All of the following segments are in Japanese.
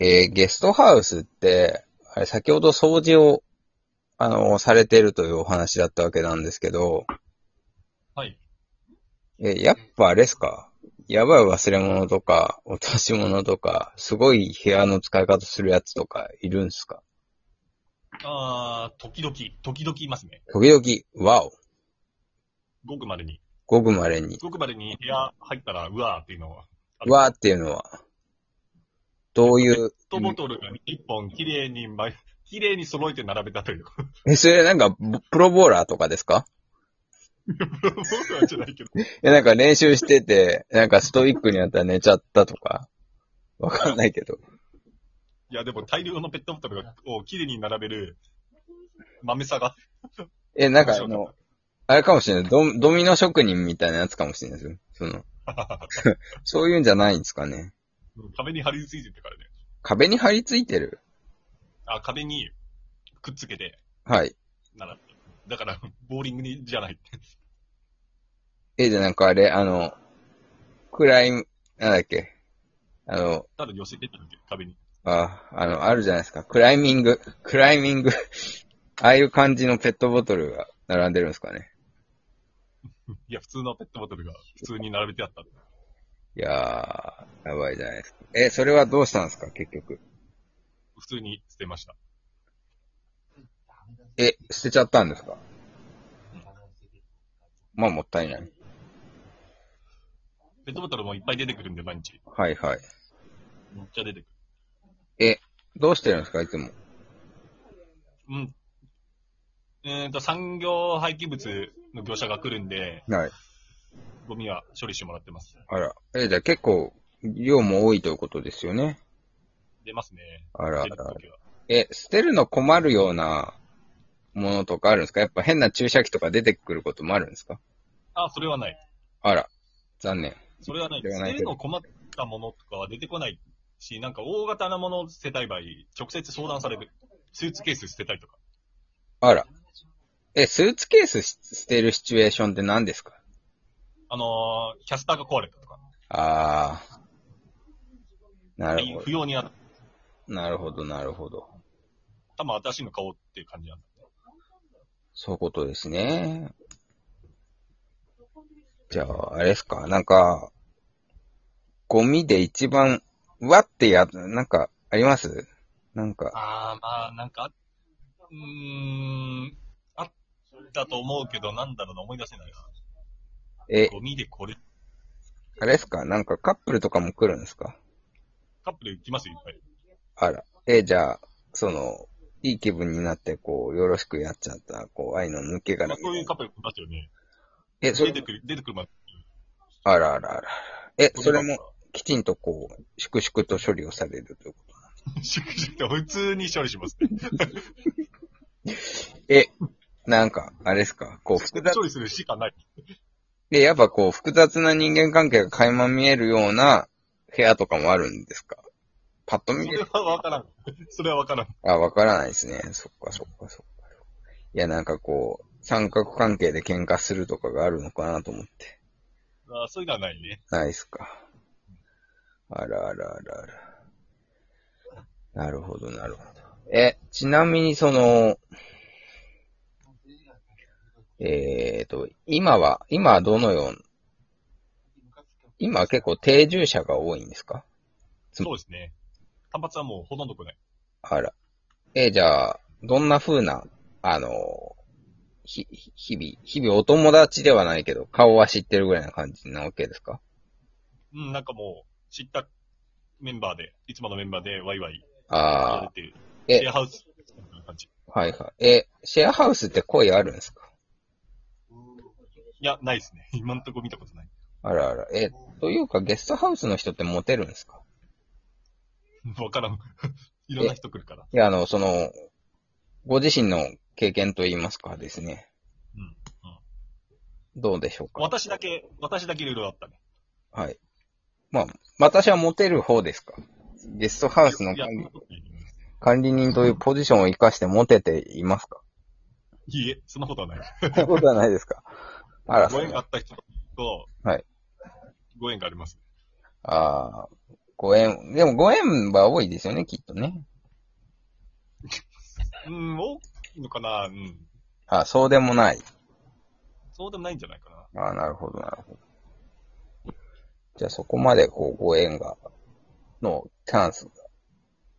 えーゲストハウスって、あれ、先ほど掃除を、あの、されてるというお話だったわけなんですけど、はい。えーやっぱあれですかやばい忘れ物とか、落とし物とか、すごい部屋の使い方するやつとかいるんすかあー、時々、時々いますね。時々、わお、ごくまでに。ごくまれに、ごくまでに部屋入ったら、うわーっていうのは。わーっていうのは、どういう、ペットボトルが1本綺麗にま、綺麗に揃えて並べたという。え、それなんか、ぼプロボーラーとかですか僕はじゃないけど。え、なんか練習してて、なんかストイックになったら寝ちゃったとか、わかんないけど。いや、でも大量のペットボトルを綺麗に並べる、豆さが。 え、なんかあの、あれかもしれない。ドドミノ職人みたいなやつかもしれないですよ。その、そういうんじゃないんですかね。壁に貼り付いててからね。壁に張り付いてるあ、壁にくっつけて、はい。並べだから、ボーリングにじゃない。え、じゃあなんかあれ、あの、クライム、なんだっけ。あの、ただ寄せてたんで、壁に。あ、あの、あるじゃないですか。クライミング、クライミング。 ああいう感じのペットボトルが並んでるんですかね。いや、普通のペットボトルが普通に並べてあった。いやー、やばいじゃないですか。え、それはどうしたんですか、結局。普通に捨てました。え、捨てちゃったんですかまあ、もったいない。ペットボトルもいっぱい出てくるんで、毎日。はいはい。めっちゃ出てくる。どうしてるんですか、いつも。うん。えっ、と、産業廃棄物の業者が来るんで、はい。ゴミは処理してもらってます。あら。え、じゃあ結構、量も多いということですよね。出ますね。あらあ出るらと。きは。え、捨てるの困るようなものとかあるんですかやっぱ変な注射器とか出てくることもあるんですかあ、それはない。あら。残念。それはない。それは捨ないてけるどの困ったものとかは出てこないし、なんか大型なものを捨てたい場合、直接相談される。スーツケース捨てたいとか。あら。え、スーツケースし捨てるシチュエーションって何ですかあのー、キャスターが壊れたとか。あー。なるほ不要になる。ど。なるほど、なるほど。多分新しいの買おうっていう感じなんだ。そういうことですね。じゃあ、あれですか、なんか、ゴミで一番、うわってや、なんか、ありますなんか、あー、まあ、なんか、うーん、あったと思うけど、なんだろうな、思い出せないな。え、ゴミでこれ、あれですかなんかカップルとかも来るんですかカップル行きますよ、いっぱい。あら。え、じゃあ、その、いい気分になって、こう、よろしくやっちゃった、こう、愛の抜け殻まあ、みたそういいうな。カップルいますよね。え、それ出て、くる、出てくるまで。あらあらあら。え、それも、きちんとこう、粛々と処理をされるということ。シュクシュクって普通に処理します。え、なんか、あれですかこう、複雑処理するしかない。で、やっぱこう、複雑な人間関係が垣間見えるような部屋とかもあるんですかパッとそ見れる。はわからん。それはわからん。あ、わからないですね。そっかそっかそっか。いや、なんかこう、三角関係で喧嘩するとかがあるのかなと思って。あーそういうのはないね。ないっすか。あらあらあらあら。なるほど、なるほど。え、ちなみにその、えっ、と、今は、今はどのような、今は結構定住者が多いんですかつそうですね。単発はもうほとんど来ない。あら。え、じゃあ、どんな風な、あの、ひ、ひ日々、日々お友達ではないけど、顔は知ってるぐらいな感じなわけですかうん、なんかもう、知ったメンバーで、いつものメンバーでワイワイやるあっていう。えシェアハウスみたいな感じ。あ、はいはい。え、シェアハウスって恋あるんですかいや、ないですね。 今んとこ見たことない。 あらあら。え、というかゲストハウスの人ってモテるんですかわからん。 いろんな人来るから。いや、あの、その、ご自身の経験といいますかですね。うんうんどうでしょうか私だけ、私だけいろいろあったね。はい。まあ、私はモテる方ですかゲストハウスのいや管理管理人というポジションを活かしてモテていますかいいえ、そんなことはない。そういうことはないですか。あら、そごう縁があった人と、はいご縁があります。ああ、ご縁、でもご縁は多いですよね、きっとね。うん、多いのかなうん。あ、そうでもない。そうでもないんじゃないかな。あなるほど、なるほど。じゃあそこまでこう、ご縁が、のチャンスが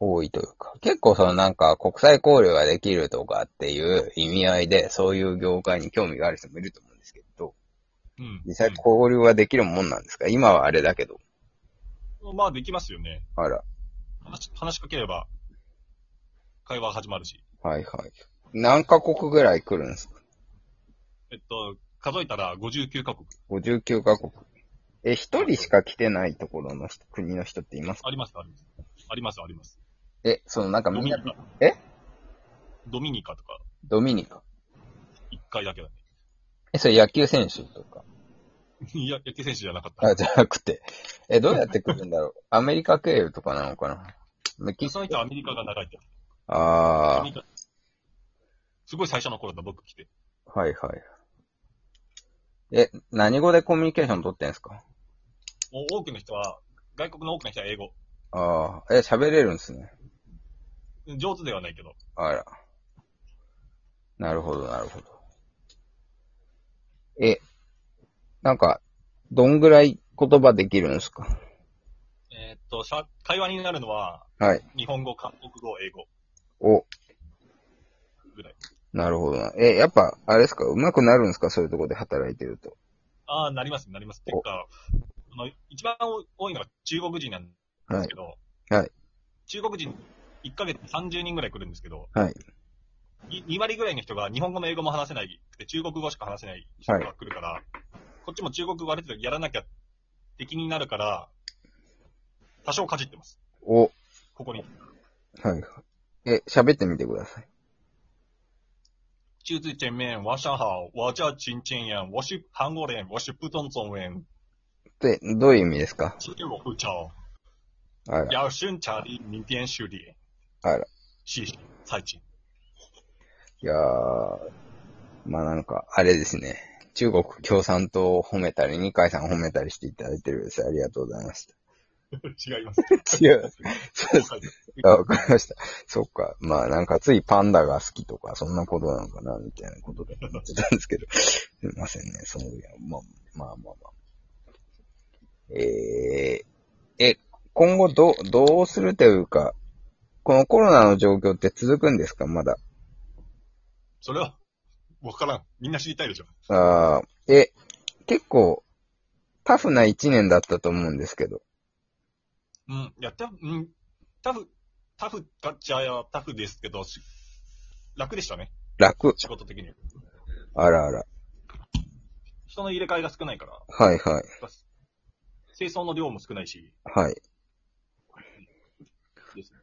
多いというか、結構そのなんか国際交流ができるとかっていう意味合いで、そういう業界に興味がある人もいると思うんですけど、うん。実際交流はできるもんなんですか今はあれだけど。うんまあ、できますよね。あら、話話しかければ、会話始まるし。はいはい。何カ国ぐらい来るんですかえっと、数えたら59カ国 ?59 カ国。え、一人しか来てないところの人国の人っていますかあります、あります。あります、あります。え、そのなんかドみんミニな、カ。えドミニカとか、ドミニカ。 1回だけだね。 え、それ野球選手とかいや、野球選手じゃなかった。あ、じゃなくて。え、どうやって来るんだろう アメリカ経由とかなのかなメキシその人はアメリカが長いって。アあメリカすごい最初の頃だ、僕来て。あ、はいはい。え、何語でコミュニケーション取ってんすかもう多くの人は、外国の多くの人は英語。ああ、え、喋れるんですね。上手ではないけど。あら。なるほど、なるほど。え、なんか、どんぐらい言葉できるんですかえーっと、しゃ会話になるのは、はい。日本語、韓国語、英語お、ぐらい。なるほどな。え、やっぱ、あれですか上手くなるんですかそういうとこで働いてると。ああ、なります、なります。てか、あの、一番多いのは中国人なんではすいけ。ど、はい中国人、1ヶ月30人ぐらい来るんですけど、はいに2割ぐらいの人が日本語も英語も話せないくて、中国語しか話せない人が来るから、こっちも中国語ある程度やらなきゃ敵になるから、多少かじってます。お、ここに。はい。え、喋ってみてください。中日前面、我上好、我叫金金燕，我是韩国人，我是不懂中文，で、どういう意味ですか今天我不潮，あら、要顺茶的明天修理，あら。谢谢，再见。いやー、まあなんか、あれですね。中国共産党を褒めたり、二階さんを褒めたりしていただいてるようです。ありがとうございまし違います。た。違う。そうです。はいあわかりました。そっか。まあなんかついパンダが好きとか、そんなことなのかな、みたいなことで思ってたんですけど。すいませんね。そういや、まあまあまあまあ。えー、え、今後どう、どうするというか、このコロナの状況って続くんですかまだ。それは、わからん。みんな知りたいでしょ。ああ、え、結構、タフな一年だったと思うんですけど。うん。いや、タフ、うん。タフ、タフかっちゃやタフですけど、し楽でしたね。楽。仕事的に。あらあら。人の入れ替えが少ないから。はいはい。清掃の量も少ないし。はい。ですね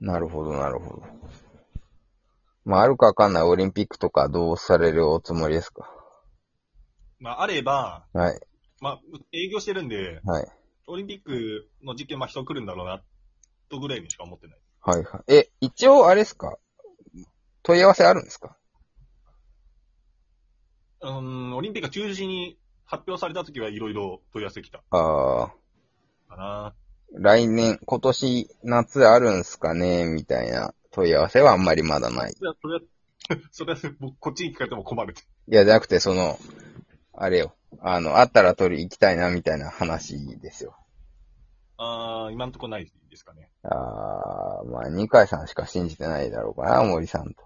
なるほど、なるほど。まあ、あるかわかんないオリンピックとかどうされるおつもりですかまあ、あれば、はい、まあ、営業してるんで、はい。オリンピックの実験、まあ人来るんだろうな、とぐらいにしか思ってない。はいはい。え、一応あれですか問い合わせあるんですかうーん、オリンピックが中止に発表された時はいろいろ問い合わせきたああ、かな。来年、今年夏あるんすかねみたいな問い合わせはあんまりまだない。いや、それは、 それは、僕、こっちに聞かれても困る。いや、じゃなくて、その、あれよ。あの、あったら取り行きたいな、みたいな話ですよ。あー、今んとこないですかね。あー、まあ、二階さんしか信じてないだろうから、森さんと。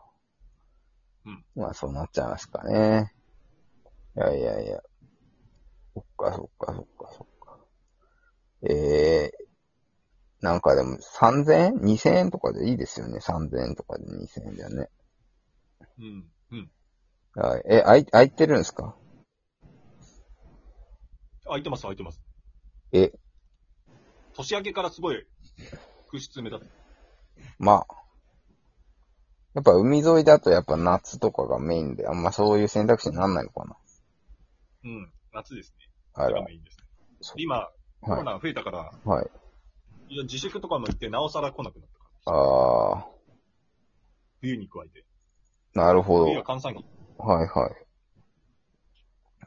うん。まあ、そうなっちゃいますかね。いやいやいや。そっか、そっか、そっか、そっか。えー、なんかでも、3000円 ?2000 円とかでいいですよね。3000円とかで2000円だよね。うん、うん。はいえ、あい、空いてるんですか空いてます、空いてます。え年明けからすごい、空室目立つ。まあ。やっぱ海沿いだとやっぱ夏とかがメインで、あんまそういう選択肢になんないのかな。うん、夏ですね。あそれらが。いいですねそう今、コロはナが増えたから、い。はい。いや自粛とかも行って、なおさら来なくなったから。ああ、冬に加えて。なるほど。冬は閑散期。はいはい。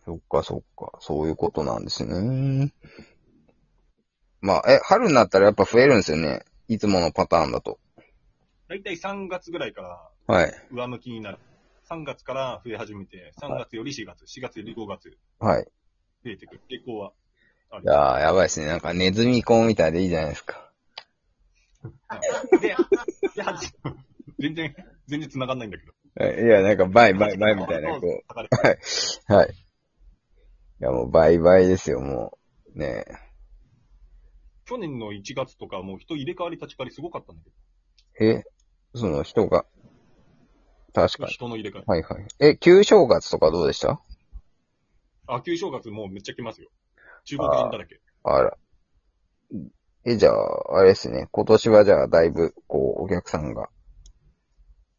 そっかそっか。そういうことなんですね。まあ、え、春になったらやっぱ増えるんですよね。いつものパターンだと。だいたい3月ぐらいからはい。上向きになる。3月から増え始めて、3月より4月、4月より5月、はい。増えてくる傾向はあいる。やー、やばいですね。なんかネズミ婚みたいでいいじゃないですか。で、で、はじ全然、全然繋がんないんだけど。えいや、なんかバイバイバイみたいな、こ叩かれう。はい。いや、もうバイバイですよ、もう。ね去年の1月とかもう人入れ替わり立ち替わりすごかったんだけえ。えその人が。確ど、かに。人の入れ替わり。はいはい。え、旧正月とかどうでしたあ、旧正月もうめっちゃ来ますよ。中国人だらけ。あら。え、じゃあ、あれですね。今年はじゃあ、だいぶ、こう、お客さんが、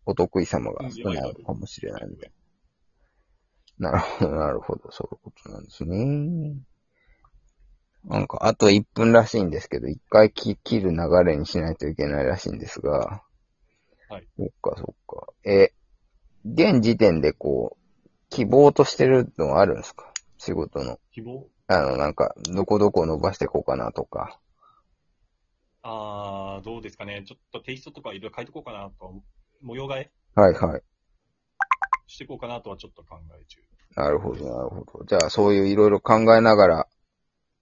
お得意様が少ないのかもしれないみたいな。なるほど、なるほど。そういうことなんですね。なんか、あと1分らしいんですけど、1回き切る流れにしないといけないらしいんですが。はい。そっか、そっか。え、現時点で、こう、希望としてるのはあるんですか仕事の。希望あの、なんか、どこどこ伸ばしていこうかなとか。あー、どうですかね。ちょっとテイストとかいろいろ変えてこうかなと、模様替えはいはい。していこうかなとはちょっと考え中。なるほど、なるほど。じゃあ、そういういろいろ考えながら、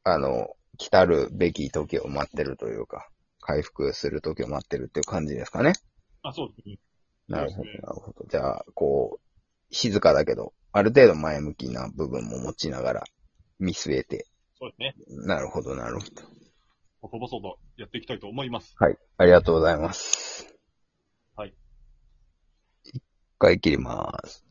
あの、来たるべき時を待ってるというか、回復する時を待ってるっていう感じですかね。あ、そうですね。なるほど、そうなですねるほど。じゃあ、こう、静かだけど、ある程度前向きな部分も持ちながら、見据えて。そうですね。なるほど、なるほど。細々とやっていきたいと思います。はい。ありがとうございます。はい。一回切ります。